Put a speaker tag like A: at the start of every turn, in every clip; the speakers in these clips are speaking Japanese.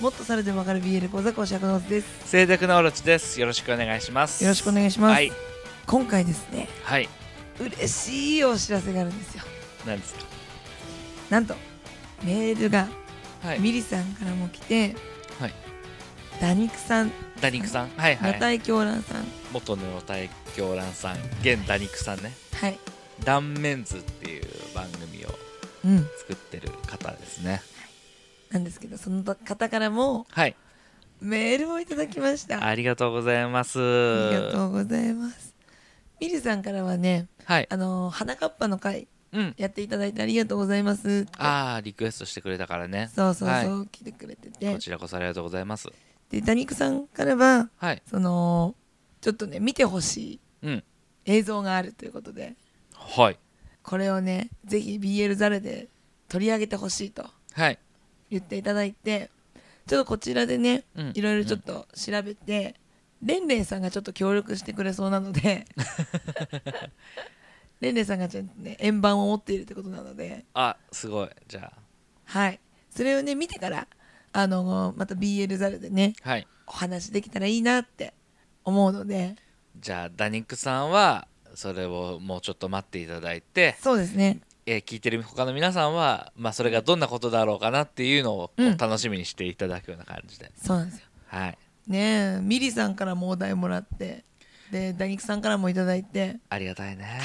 A: もっとされてもわかる BL 講座講師役のです
B: 静寂のオロチですよろしくお願いします
A: よろしくお願いします、
B: はい
A: 今回ですね
B: はい
A: 嬉しいお知らせがあるんですよ
B: なんですか
A: なんとメールが
B: はい
A: ミリさんからも来て、
B: はい
A: ダニクさん、
B: ダニクさんはいは
A: ナタ
B: い
A: イ狂乱さん、
B: 元の太狂乱さん現ダニクさんね
A: はい、
B: 断面図っていう番組を
A: うん、
B: 作ってる方ですね
A: なんですけど、その方からも
B: はい
A: メールをいただきました。あ
B: ありがとうございます
A: りがとうございます。ミリさんからはね、
B: はい
A: あのー、花かっぱの会
B: うん
A: やっていただいてありがとうございます。
B: ああリクエストしてくれたからね
A: そうそうそう、
B: はい
A: 来てくれてて
B: こ。ちらこそありがとうございます
A: で、ダニクさんからは、
B: はい
A: その、ちょっとね、見てほしい
B: うん
A: 映像があるということで、
B: はい
A: これをね、ぜひ BL ザレで取り上げてほしいと。
B: はい
A: 言っていただいてちょっとこちらでね、
B: うん
A: いろいろちょっと調べて、レンレンさんがちょっと協力してくれそうなの でレンレンさんがちょっとね円盤を持っているってことなので
B: あすごいじゃ
A: はいそれをね見てからあのまた BL ザルでね
B: あはい
A: お話できたらいいなって思うので
B: じゃあダニクさんはそれをもうちょっと待っていただいて、
A: そうですね
B: えー聞いてる他の皆さんは、まあ、それがどんなことだろうかなっていうのをこう
A: うん
B: 楽しみにしていただくような感じで、
A: そうなんですよ
B: はい
A: ねえミリさんからもお題もらってでダニクさんからもいただいて
B: ありがたいね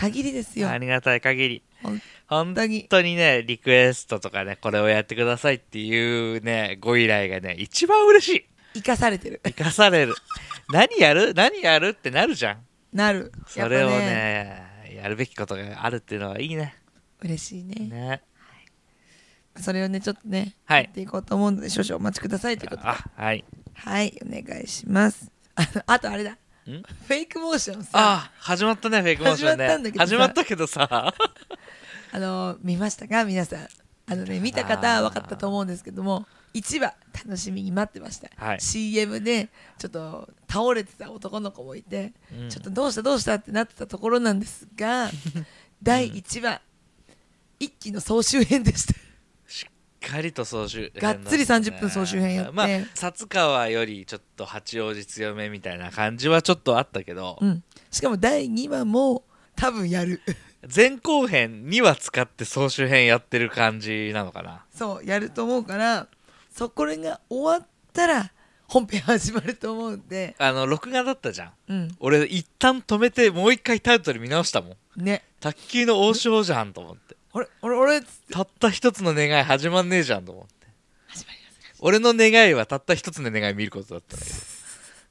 A: 限りですよ
B: ありがたい限り
A: 本
B: 本
A: 当に
B: 当にねリクエストとかねこれをやってくださいっていうねご依頼がね一番嬉し
A: 生かされてる
B: い生かされる何やる何やるってなるじゃん
A: なる
B: それを
A: やっぱ
B: ねやるべきことがあるっていうのはいいね
A: 嬉しいね
B: ね
A: それをねちょっとね、
B: はい
A: やっていこうと思うので少々お待ちくださいということで
B: あはい
A: はいお願いしますあのあとあれだ
B: ん
A: フェイクモーションさあ
B: あ始まったねフェイクモーションね
A: 始まったんだけどさ
B: 始まったけどさ
A: の見ましたか皆さんあのね見た方は分かったと思うんですけども1話楽しみに待ってました、
B: はい
A: CM でちょっと倒れてた男の子もいて、
B: うん
A: ちょっとどうしたどうしたってなってたところなんです が第1話、一気の総集編でした
B: しっかりと総集編
A: がっつり
B: だたね
A: 30分総集編やって
B: まあ薩川よりちょっと八王子強めみたいな感じはちょっとあったけど、
A: うん、しかも第2話も多分やる
B: 前後編には使って総集編やってる感じなのかな
A: そうやると思うからそこれが終わったら本編始まると思うんで
B: あの録画だったじゃん
A: うん
B: 俺一旦止めてもう一回タイトル見直したもん
A: ね
B: 卓球の王将じゃんと思って
A: 俺俺俺つって
B: たった一つの願い始まんねえじゃんと思って
A: 始まりますね
B: 俺の願いはたった一つの願い見ることだったんだけど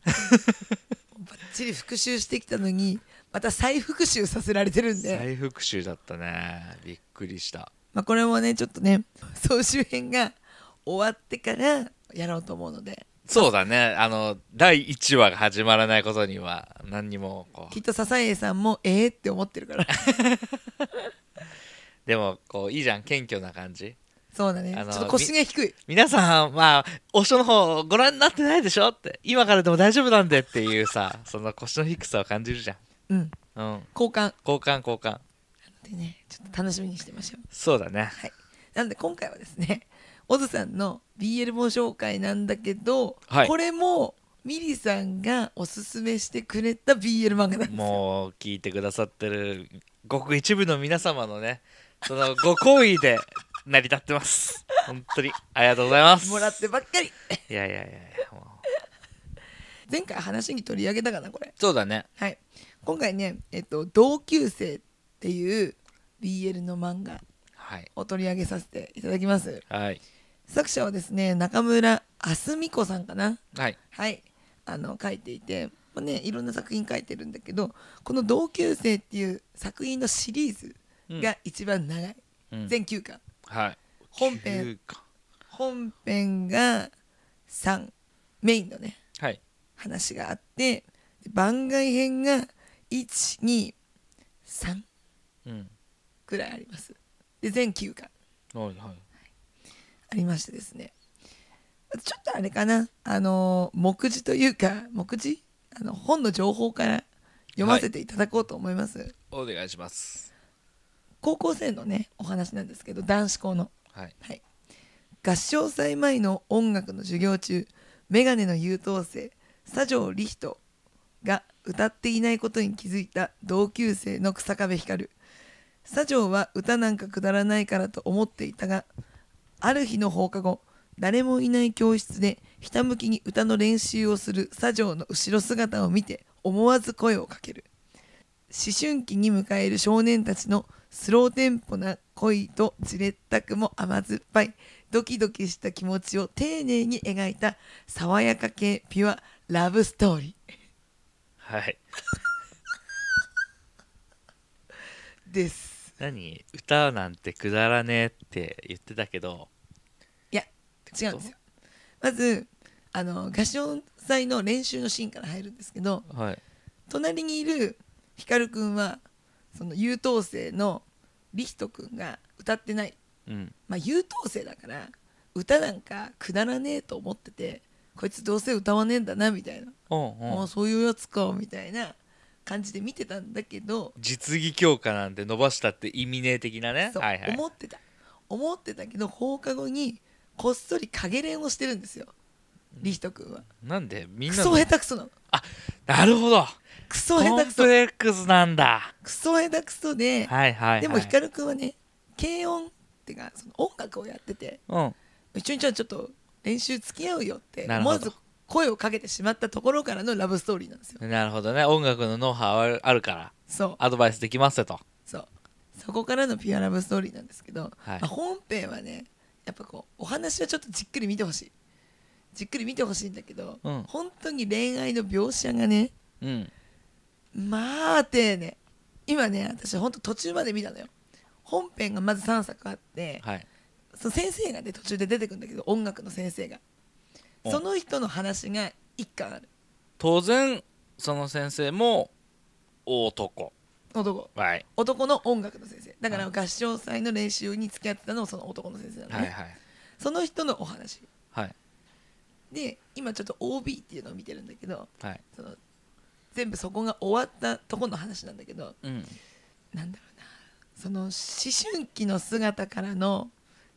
A: ばっちり復習してきたのにまた再復習させられてるんで、
B: 再復習だったねびっくりした
A: まあ、これもねちょっとね総集編が終わってからやろうと思うので
B: そうだねあの第1話が始まらないことには何にもこ
A: き
B: う
A: っと笹江さんもええって思ってる から
B: でもこういいじゃん謙虚な感じ
A: そうだね
B: あの
A: ちょっと腰が低い
B: 皆さんまあお書の方ご覧になってないでしょって今からでも大丈夫なんでってい うさその腰の低さを感じるじゃ
A: うん
B: んうん
A: 交換
B: 交換交換
A: でねちょっと楽しみにしてましょう
B: そうだね
A: はい、なので今回はですねオズさんの BL 本紹介なんだけど、
B: はい
A: これもミリさんがおすすめしてくれた BL 漫画なんですよ
B: もう聞いてくださってるごく一部の皆様のねそのご好意で成り立ってます本当にありがとうございます
A: もらってばっかり
B: いやいやいやいやもう
A: 前回話に取り上げたかなこれ
B: そうだね
A: はい今回ね、えっと「同級生」っていう BL の漫画
B: はい
A: を取り上げさせていただきます
B: はい
A: 作者はですね中村あすみこさんかな
B: はい
A: はい、あの書いていて、まあね、いろんな作品書いてるんだけどこの「同級生」っていう作品のシリーズが一番長い、
B: うん
A: 全9巻
B: はい
A: 本編
B: 9か
A: 本編が3メインのね
B: はい
A: 話があって番外編が123
B: うん
A: くらいありますで全9巻
B: はいはい
A: ありましてですねちょっとあれかなあの目次というか目次あの本の情報から読ませていただこうと思います、
B: お願いします
A: 高校生のねお話なんですけど男子校の
B: はい
A: はい合唱祭前の音楽の授業中メガネの優等生佐城理人が歌っていないことに気づいた同級生の日下部光佐城は歌なんかくだらないからと思っていたがある日の放課後誰もいない教室でひたむきに歌の練習をする佐城の後ろ姿を見て思わず声をかける思春期に迎える少年たちのスローテンポな恋とじれったくも甘酸っぱいドキドキした気持ちを丁寧に描いた爽やか系ピュアラブストーリ
B: はい
A: ーです
B: 何歌なんてくだらねえって言ってたけど
A: いや違うんですよまずあの合唱祭の練習のシーンから入るんですけど
B: はい
A: 隣にいるヒカルくんはその優等生のリヒトくんが歌ってない
B: うん
A: まあ、優等生だから歌なんかくだらねえと思っててこいつどうせ歌わねえんだなみたいな、
B: うんうん
A: ああそういうやつかみたいな感じで見てたんだけど、
B: 実技強化なんて伸ばしたって意味ねえ的なね
A: そう
B: はいはい
A: 思ってた思ってたけど放課後にこっそり影練をしてるんですよリヒト君は
B: なんでみん
A: ク
B: な
A: ソ
B: の
A: 下手くそなの
B: なるほど
A: クソ
B: コ
A: 下手
B: ン
A: くそ
B: プレックスなんだ
A: クソ下手くそで、
B: はいはい、はい、
A: でもヒカル君はね軽音っていうかその音楽をやってて
B: うん
A: 一緒にじゃあちょっと練習付き合うよって
B: なる
A: 思
B: ほど
A: わず声をかけてしまったところからのラブストーリーなんですよ
B: なるほどね音楽のノウハウあるあるから
A: そう
B: アドバイスできますよと
A: そうそこからのピュアラブストーリーなんですけど、
B: は
A: ま
B: い
A: あ本編はねやっぱこうお話はちょっとじっくり見てほしいじっくり見てほしいんだけど、
B: うん
A: 本当に恋愛の描写がね
B: うん
A: まあ丁寧今ね私本当途中まで見たのよ本編がまず3作あって、
B: はい
A: その先生がね途中で出てくるんだけど音楽の先生が
B: うん
A: その人の話が1巻ある
B: 当然その先生も男
A: 男
B: はい
A: 男の音楽の先生だから
B: は
A: 合唱祭の練習に付き合ってたのもその男の先生なのね、
B: はいはい
A: その人のお話
B: はい
A: で今ちょっと OB っていうのを見てるんだけど
B: はい
A: その全部そこが終わったとこの話なんだけど
B: うん
A: なんだろうなその思春期の姿からの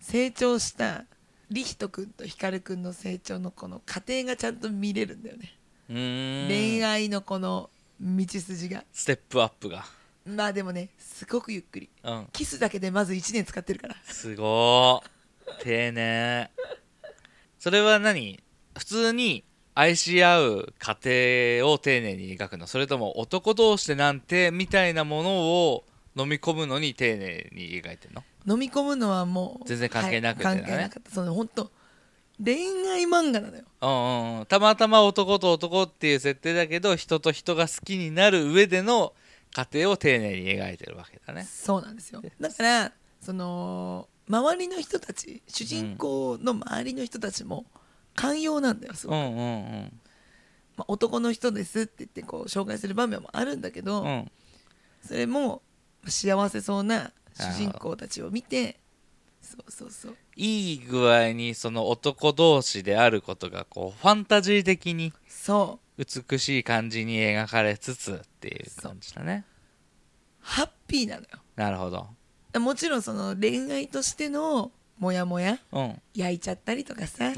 A: 成長したリヒト君とヒカル君の成長のこの過程がちゃんと見れるんだよね、
B: うーん
A: 恋愛のこの道筋が
B: ステップアップが
A: まあでもねすごくゆっくり
B: うん
A: キスだけでまず1年使ってるから
B: すごー丁寧それは何普通に愛し合う過程を丁寧に描くのそれとも男同士でなんてみたいなものを飲み込むのに丁寧に描いてんの
A: 飲み込むのはもう
B: 全然関係なくてね
A: はい関係なかったその本当恋愛漫画なのよ
B: うんうんうんたまたま男と男っていう設定だけど人と人が好きになる上での過程を丁寧に描いてるわけだね
A: そうなんですよだからその周りの人たち主人公の周りの人たちも寛容なんだよす
B: う
A: ごい、
B: んうん
A: まあ、男の人ですって言ってこう紹介する場面もあるんだけど、
B: うんうん
A: それも幸せそうな主人公たちを見てそうそうそう
B: いい具合にその男同士であることがこうファンタジー的に
A: そう
B: 美しい感じに描かれつつっていう感じだね
A: ハッピーなのよ
B: なるほど
A: もちろんその恋愛としてのモヤモヤ
B: うん うん
A: 焼いちゃったりとかさ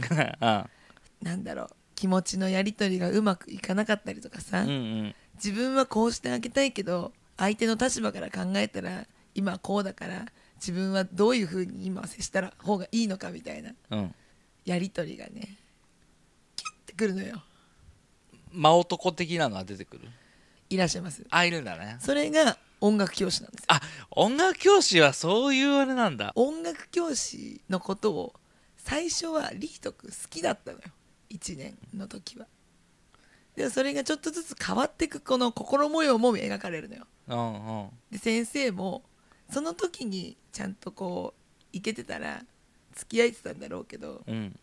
A: なんだろう気持ちのやり取りがうまくいかなかったりとかさ、
B: うんうん
A: 自分はこうしてあげたいけど相手の立場から考えたら今はこうだから自分はどういうふうに今は接したら方がいいのかみたいな
B: うん
A: やり取りがねキュッてくるのよ
B: 真男的なのは出てくる
A: いらっしゃいます
B: あいるんだね
A: それが音楽教師なんですよ
B: あ音楽教師はそういうあれなんだ
A: 音楽教師のことを最初はリヒト君好きだったのよ1年の時はでもそれがちょっとずつ変わっていくこの心模様も描かれるのよ
B: うんうん
A: で先生もその時にちゃんとこういけてたら付き合えてたんだろうけど
B: うん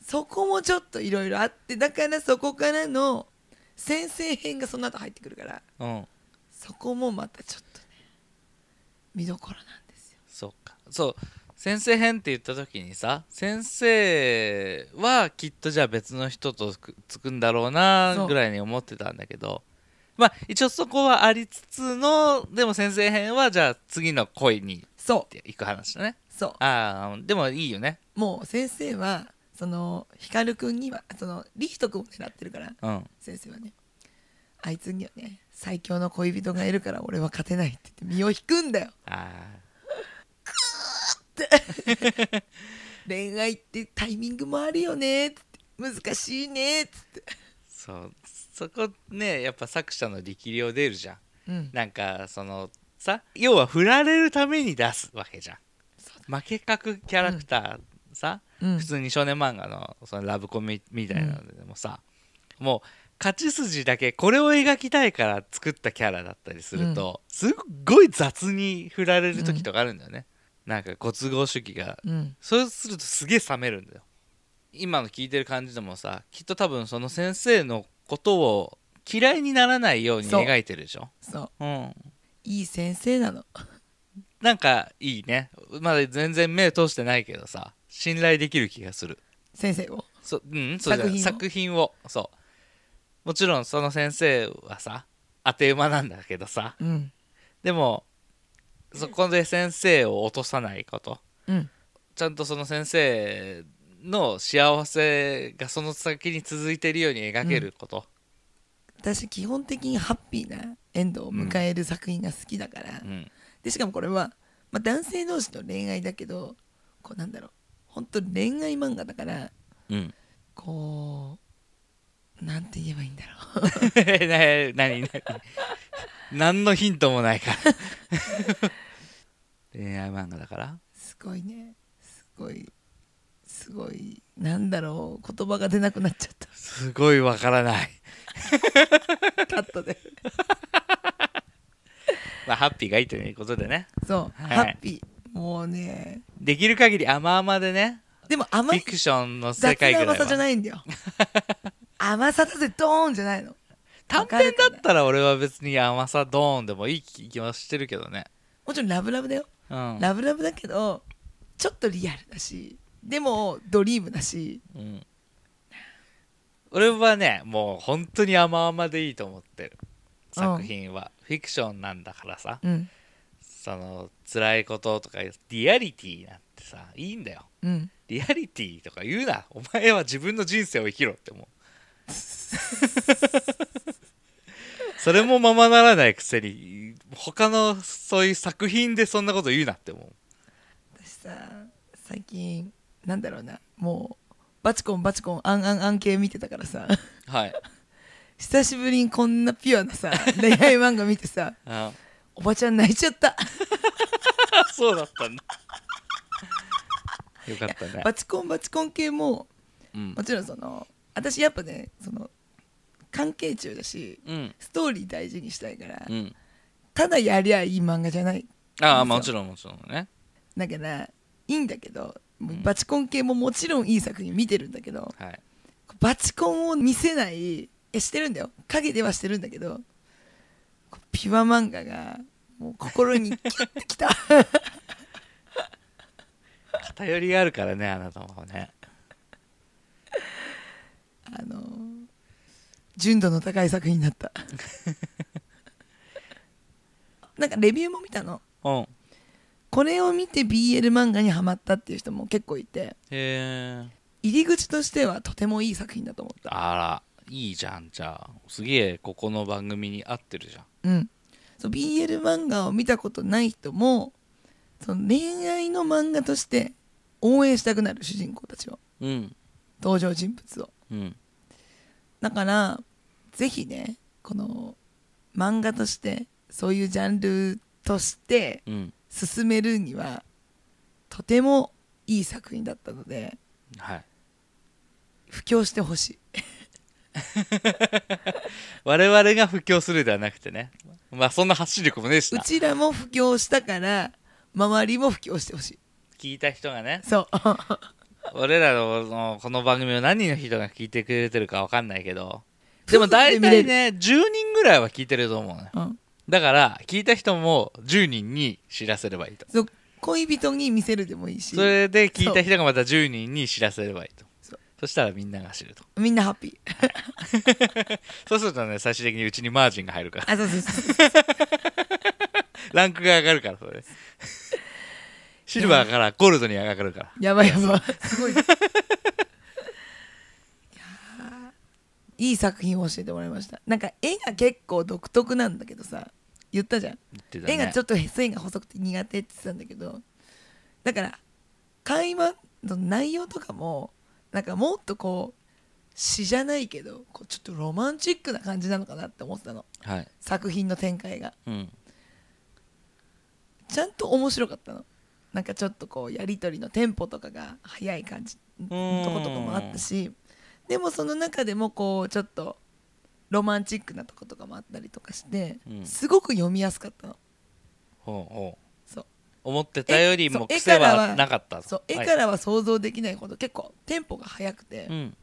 A: そこもちょっといろいろあってだからそこからの先生編がその後入ってくるから
B: うん
A: そこもまたちょっとね見どころなんですよ
B: そうかそう先生編って言った時にさ先生はきっとじゃあ別の人とくつくんだろうな
A: そう
B: ぐらいに思ってたんだけどまあ一応そこはありつつのでも先生編はじゃあ次の恋に
A: そ
B: っていく話だね
A: うそ
B: ああでもいいよね
A: うもう先生はその光くんにはそのリヒトくんを狙ってるから
B: うん
A: 先生はねあいつにはね最強の恋人がいるから俺は勝てないって言って身を引くんだよ
B: あ
A: 恋愛ってタイミングもあるよねって難しいねっつって
B: ーそうそこねやっぱ作者の力量出るじゃん
A: うん
B: なんかそのさ要は振られるために出すわけじゃん
A: そ
B: 負け格キャラクターさ、
A: うん
B: 普通に少年漫画のそのラブコメみたいなのでもさ、もう勝ち筋だけこれを描きたいから作ったキャラだったりすると、すっごい雑に振られる時とかあるんだよね、なんかご都合主義が
A: うん
B: そうするとすげえ冷めるんだよ今の聞いてる感じでもさきっと多分その先生のことを嫌いにならないように
A: そう
B: 描いてるでしょ
A: そう
B: うん
A: いい先生なの
B: なんかいいねまだ全然目通してないけどさ信頼できる気がする
A: 先生を
B: そうんそうじゃない
A: 作
B: 作品をそうもちろんその先生はさ当て馬なんだけどさ
A: うん
B: でもそこで先生を落とさないこと
A: うん
B: ちゃんとその先生の幸せがその先に続いてるように描けること、
A: 私基本的にハッピーなエンドを迎える作品が好きだから、
B: うん
A: でしかもこれは、まあ、男性同士の恋愛だけどこうなんだろう本当恋愛漫画だから
B: うん、
A: こうなんて言えばいいんだろう
B: ね何何何のヒントもないから 恋愛漫画だから
A: すごいねすごいすごいなんだろう言葉が出なくなっちゃっ
B: すごいわからない、
A: たカットで
B: まあ、ハッピーがいいということでね
A: そう、
B: はい
A: ハッピーもうね
B: できる限り甘々でね
A: でも
B: フ
A: 甘い
B: ィクションの世
A: 雑
B: 界
A: な
B: ぐら
A: 甘
B: い
A: さじゃ
B: は
A: ないんだ よ甘さだぜドーンじゃないの
B: 短編だったら俺は別に甘さドーンでもいい気はしてるけどね
A: もちろんラブラブだよ
B: うん、
A: ラブラブだけどちょっとリアルだしでもドリームだし
B: うん、俺はねもう本当に甘々でいいと思ってる
A: うん
B: 作品は、フィクションなんだからさ
A: うん
B: その辛いこととかリアリティなんてさいいんだよ
A: うん
B: リアリティとか言うなお前は自分の人生を生きろって思う それもままならないくせに他のそういう作品でそんなこと言うなって思う
A: 私さ最近なんだろうなもうバチコンバチコンアンアンアン系見てたから さ
B: はい
A: 久しぶりにこんなピュアなさ恋愛漫画見てさ
B: あ
A: おばちゃん泣いちゃった
B: そうだったん だよかったね
A: バチコンバチコン系も
B: うん
A: もちろんその私やっぱねその関係中だし
B: うん
A: ストーリー大事にしたいから
B: うん
A: ただやりゃいい漫画じゃない
B: ああもちろんもちろんね
A: だからいいんだけどもうバチコン系ももちろんいい作品見てるんだけど
B: はい
A: バチコンを見せないいやしてるんだよ影ではしてるんだけどこうピュア漫画がもう心にキュッて きた
B: 偏りがあるからねあなたもね
A: あの純度の高い作品になった なんかレビューも見たの
B: うんへ
A: これを見て BL 漫画にハマったっていう人も結構いて
B: え
A: 入り口としてはとてもいい作品だと思った
B: あらいいじゃんじゃあすげえここの番組に合ってるじゃん
A: うん、そう BL 漫画を見たことない人もその恋愛の漫画として応援したくなる主人公たちを
B: うん
A: 登場人物を
B: うん
A: だからぜひねこの漫画としてそういうジャンルとして
B: うん
A: 進めるにはとてもいい作品だったので
B: はい
A: 布教してほしい
B: 我々が布教するではなくてねまあそんな発信力もねえし
A: う
B: な
A: ちらも布教したから周りも布教してほしい
B: 聞いた人がね
A: そう
B: 俺らののこの番組を何人の人が聞いてくれてるか分かんないけどでも大体ね10人ぐらいは聞いてると思うね
A: うん
B: だから聞いた人も10人に知らせればいいと
A: そう恋人に見せるでもいいし
B: それで聞いた人がまた10人に知らせればいいと
A: そ
B: そうそしたらみんなが知ると
A: みんなハッピー
B: そうするとね最終的にうちにマージンが入るから
A: あそうそうそう
B: ランクが上がるからそれシルバーからゴールドに上がるから
A: やばいやばいす ごいいやーいい作品を教えてもらいましたなんか絵が結構独特なんだけどさ言ったじゃん
B: 言ってたね
A: 絵がちょっと線が細くて苦手って言ってたんだけどだから会話の内容とかもなんかもっとこう詩じゃないけどこうちょっとロマンチックな感じなのかなって思ってたの
B: はい、
A: 作品の展開が
B: うん、
A: ちゃんと面白かったのなんかちょっとこうやり取りのテンポとかが速い感じ
B: ーん
A: のとことかもあったしでもその中でもこうちょっとロマンチックなとことかもあったりとかして、
B: うん
A: すごく読みやすかったの
B: ほうほう
A: そう
B: 思ってたよりも
A: えそう
B: 癖
A: 絵から
B: は
A: は
B: なかったと
A: そう絵
B: はい
A: からは想像できないほど結構テンポが速くて
B: うん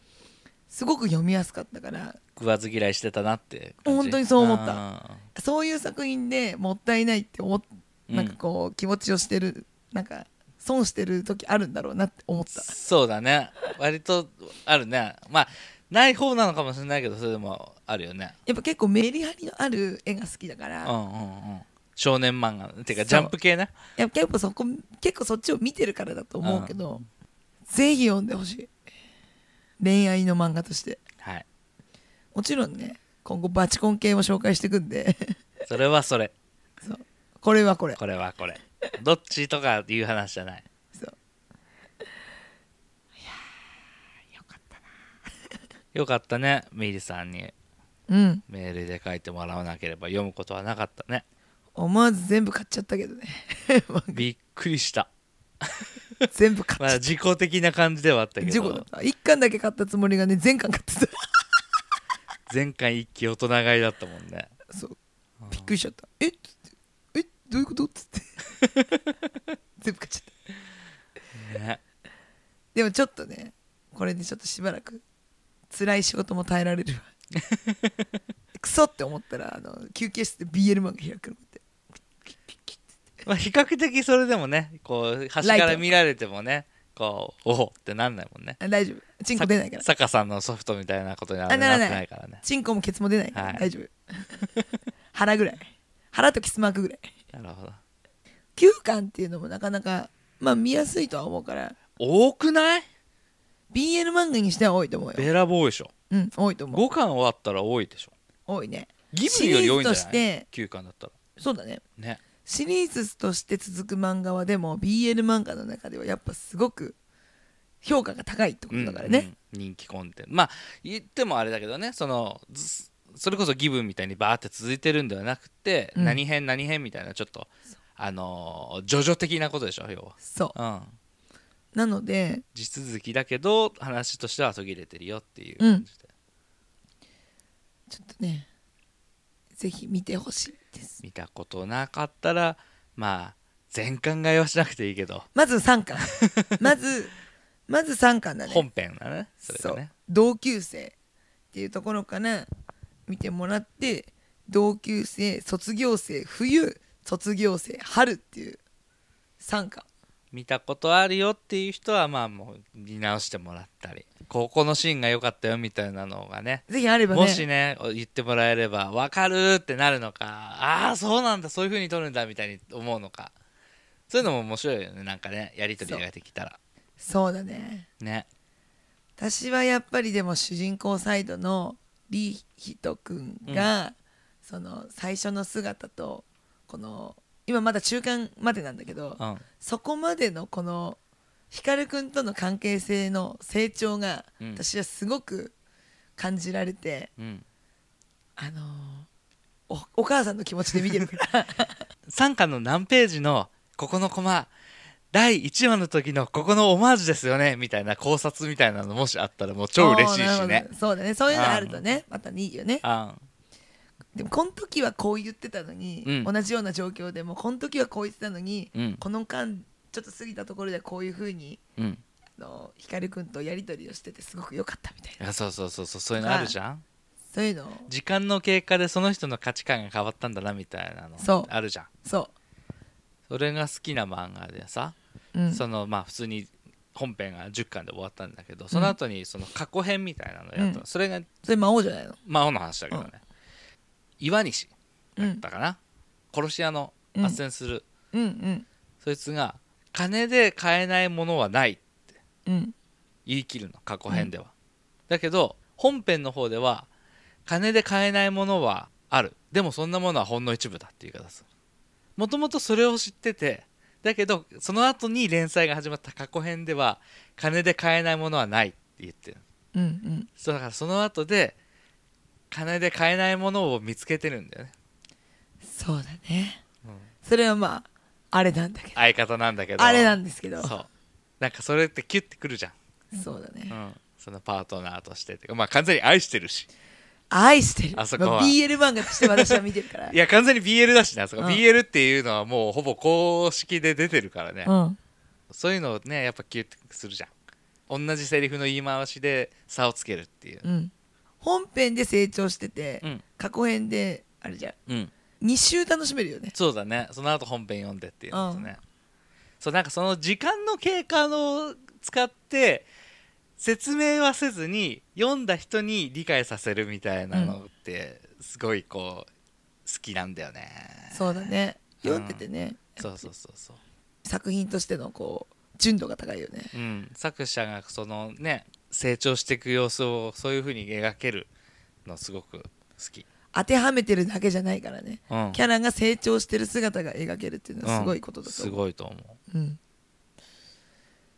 A: すごく読みやすかったから
B: 食わず嫌いしてたなって感じ
A: 本当にそう思った
B: あ
A: そういう作品でもったいないって思っ
B: うん
A: なんかこう気持ちをしてるなんか損してる時あるんだろうなって思っ
B: ー
A: た
B: そうだね割とあるねまあない方なのかもしれないけどそれでもあるよね
A: やっぱ結構メリハリのある絵が好きだか
B: う
A: ら
B: んうんうん少年漫画て
A: そ
B: いうか
A: う
B: ジャンプ系ね
A: いや結構そこ結構そっちを見てるからだと思うけどぜひ読んでほしい恋愛の漫画として
B: はい
A: もちろんね今後バチコン系も紹介していくんで
B: それはそれ
A: そうこれはこれ
B: これはこれどっちとかいう話じゃない
A: そういやーよかった
B: よかったねミリさんに
A: なうん
B: メールで書いてもらわなければ読むことはなかった ね
A: 思わず全部買っちゃったけどね
B: びっくりした
A: 全部買
B: ま
A: っち
B: あ
A: ゃっ
B: 自己的な感じではあった
A: た
B: けど
A: 事故だった1巻だけ買ったつもりがね全巻買って
B: 前回一気大人買いだったも んね
A: たそうびっくりしちゃったえっつってえどういうことっつって 全部買っちゃった
B: ね
A: でもちょっとねこれでちょっとしばらく辛い仕事も耐えられる わクソって思ったらあの休憩室で BL マンが開くのって
B: まあ比較的それでもねこう端から見られてもねこうおおってなんないもんね
A: あ大丈夫チンコ出ないから
B: 坂さんのソフトみたいなことにはな
A: あ
B: って
A: ならない
B: ないからね
A: チンコもケツも出ないから、
B: はい
A: 大丈夫腹ぐらい腹とキスマークぐらい
B: なるほど
A: 9巻っていうのもなかなかまあ見やすいとは思うから
B: 多くない
A: BL 漫画にしては多いと思うよ
B: べらぼうでしょ
A: うん多いと思う
B: 5巻終わったら多いでしょ
A: 多いね
B: ギブより多いん
A: シリーズ
B: じゃ
A: とし
B: ない
A: て
B: 9巻だったら
A: そうだね
B: ね
A: シリーズとして続く漫画はでも BL 漫画の中ではやっぱすごく評価が高いってことだからね、
B: うんうん人気コンテンツまあ言ってもあれだけどねそのずそれこそギブみたいにバーって続いてるんではなくて、
A: うん
B: 何編何編みたいなちょっとあのー、ジョジョ的なことでしょ要
A: そう
B: は、うん、
A: なので
B: 地続きだけど話としては途切れてるよっていう感じで、
A: ちょっとねぜひ見てほしいです
B: 見たことなかったらまあ全巻買いはしなくていいけど
A: まず3巻 まずまず3巻だね
B: 本編だねそれが
A: そう
B: ね
A: 同級生っていうところから見てもらって同級生卒業生冬卒業生春っていう3巻
B: 見たことあるよっていう人はまあもう見直してもらったりここのシーンが良かったよみたいなのがね
A: ぜひあればね
B: もしね言ってもらえれば分かるってなるのかああそうなんだそういう風に撮るんだみたいに思うのかそういうのも面白いよねなんかねやり取りができたら
A: そうだね
B: ね
A: 私はやっぱりでも主人公サイドのリヒト君が、その最初の姿とこの今まだ中間までなんだけど、
B: うん
A: そこまでのこの光君との関係性の成長が
B: うん
A: 私はすごく感じられて、
B: うん
A: あのーおお母さんの気持ちで見てるから
B: 3巻の何ページのここのコマ第1話の時のここのオマージュですよねみたいな考察みたいなのもしあったらもう 超嬉し い
A: あー
B: し
A: なる
B: ね
A: ほどそうだねそういうのあるとねまたいいよね
B: あん
A: でもこの時はこう言ってたのに、
B: うん
A: 同じような状況でもこの時はこう言ってたのに、
B: うん
A: この間ちょっと過ぎたところでこういうふうに
B: うん
A: あの光くんとやり取りをしててすごく良かったみたいな
B: あそうそうそうそうそういうのあるじゃん
A: そういうのを
B: 時間の経過でその人の価値観が変わったんだなみたいなの
A: そう
B: あるじゃん
A: そ
B: それが好きな漫画でさ
A: う、うん、
B: そのまあ普通に本編が10巻で終わったんだけどその後にその過去編みたいなのやったの、
A: うん
B: それが
A: それ魔王じゃないの
B: 魔王の話だけどね、岩西
A: う
B: だっ
A: ん
B: たかな、殺し屋の斡旋する、
A: うんうん
B: そいつが金で買えないものはないって
A: うん
B: 言い切るの過去編では、だけど本編の方では金で買えないものはあるでもそんなものはほんの一部だっていう言い方するもともとそれを知っててだけどその後に連載が始まった過去編では金で買えないものはないって言ってる
A: うんうん
B: そうだからその後で金で買えないものを見つけてるんだよね
A: そうだね、
B: うん
A: それはまああれなんだけど
B: 相方なんだけど
A: あれなんですけど
B: そうなんかそれってキュッてくるじゃん
A: そうだね、
B: うん、そのパートナーとしててかまあ完全に愛してるし
A: 愛してる
B: あそこは
A: ま BL 漫画として私は見てるから
B: いや完全に BL だしなそこ、
A: うん
B: BL っていうのはもうほぼ公式で出てるからね、
A: うん
B: そういうのをねやっぱキュッてするじゃん同じセリフの言い回しで差をつけるっていう
A: うん本編で成長してて、
B: うん
A: 過去編であれじゃん
B: うん
A: 2週楽しめるよね
B: そうだねその後本編読んでっていうのとね、そうなんかその時間の経過の使って説明はせずに読んだ人に理解させるみたいなのってすごいこう好きなんだよね、
A: そうだね
B: うん
A: 読んでてね、
B: そうそうそうそう
A: 作品としてのこう純度が高いよね
B: うん、作者がそのね成長していく様子をそういう風に描けるのすごく好き、
A: 当てはめてるだけじゃないからね
B: うん、
A: キャラが成長してる姿が描けるっていうのはすごいことだと
B: うんす
A: 思う、
B: ごいと思う
A: うん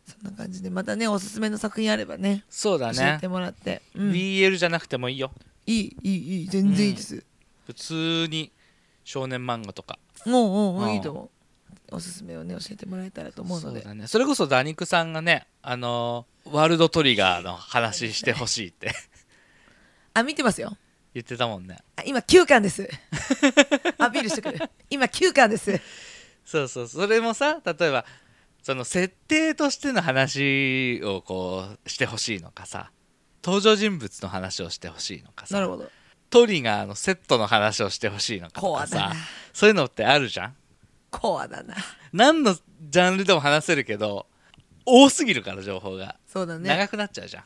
A: そんな感じでまたねおすすめの作品あればね
B: そうだ
A: 教え
B: ね
A: て、もらって、うん、い
B: BL じゃなくてもいいよ
A: いいいいいい全然いいです、
B: 普通に少年漫画とか
A: もうもう
B: うん
A: いいと思うおすすめをね教えてもらえたらと思うの
B: そう
A: で
B: だ、ね、それこそダニクさんがねあのーワールドトリガーの話してほしいって
A: あ見てますよ
B: 言ってたもんね
A: あ今9巻です アピールしてくる今9巻です
B: そうそうそれもさ例えばその設定としての話をこうしてほしいのかさ登場人物の話をしてほしいのかさ
A: なるほど
B: トリガーのセットの話をしてほしいのかと
A: コア
B: か
A: だ
B: さ
A: な
B: そういうのってあるじゃん
A: コアだな
B: 何のジャンルでも話せるけど多すぎるから情報が、
A: そうだね
B: 長くなっちゃうじゃん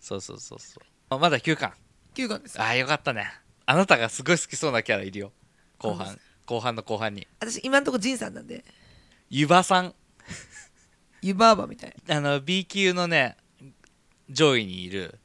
B: そうそうそうそうあまだ9巻
A: 9巻です
B: ああよかったねあなたがすごい好きそうなキャラいるよ後
A: そう
B: 半後半の後半に
A: 私今んとこ仁さんなんで
B: 湯葉さん
A: 湯婆婆みたい
B: あの B 級のね上位にいる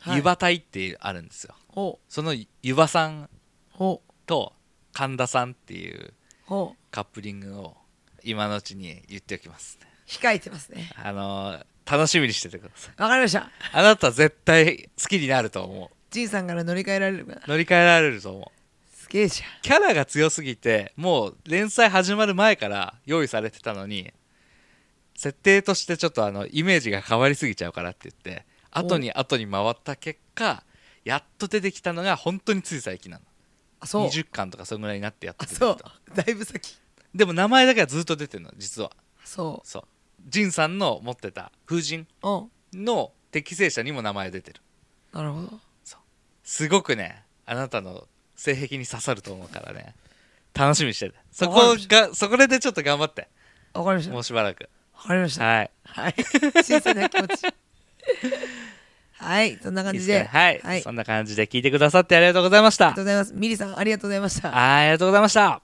A: はい
B: 湯葉隊っていうあるんですよ、
A: ほ
B: その湯葉さん
A: うほう
B: と神田さんっていう
A: ほう
B: カップリングを今のうちに言っておきます、
A: 控えてますね
B: あのー楽しみにしててください
A: わかりました
B: あなた絶対好きになると思
A: 仁さんから乗り換えられるかな
B: う乗り換えられると思う
A: すげえじゃ
B: キャラが強すぎてもう連載始まる前から用意されてたのに設定としてちょっとあのイメージが変わりすぎちゃうからって言って後に後に回った結果やっと出てきたのが本当につい最近なの
A: んあそう
B: 20巻とかそんぐらいになってやっと
A: あ
B: 出てき
A: そう
B: た
A: だいぶ先
B: でも名前だけはずっと出てるの実は
A: そ
B: そうジンさんの持ってた風神
A: ううん
B: の適正者にも名前出てる
A: なるほど
B: すごくねあなたの性癖に刺さると思うからね楽しみにしててそ
A: わか
B: こ
A: りまし
B: がそこらでちょっと頑張って
A: わかりました
B: もうしばらく
A: わかりました
B: はい
A: はい。新鮮な気持ち。はい、そんな感
B: いいっ
A: じ
B: す
A: で。
B: ねは
A: は
B: い、
A: い。あり
B: そ
A: が
B: んな感じで聞いてくださってありがとうございました
A: とうございます。ミリさん、ありがとうございました。
B: はいありがとうございました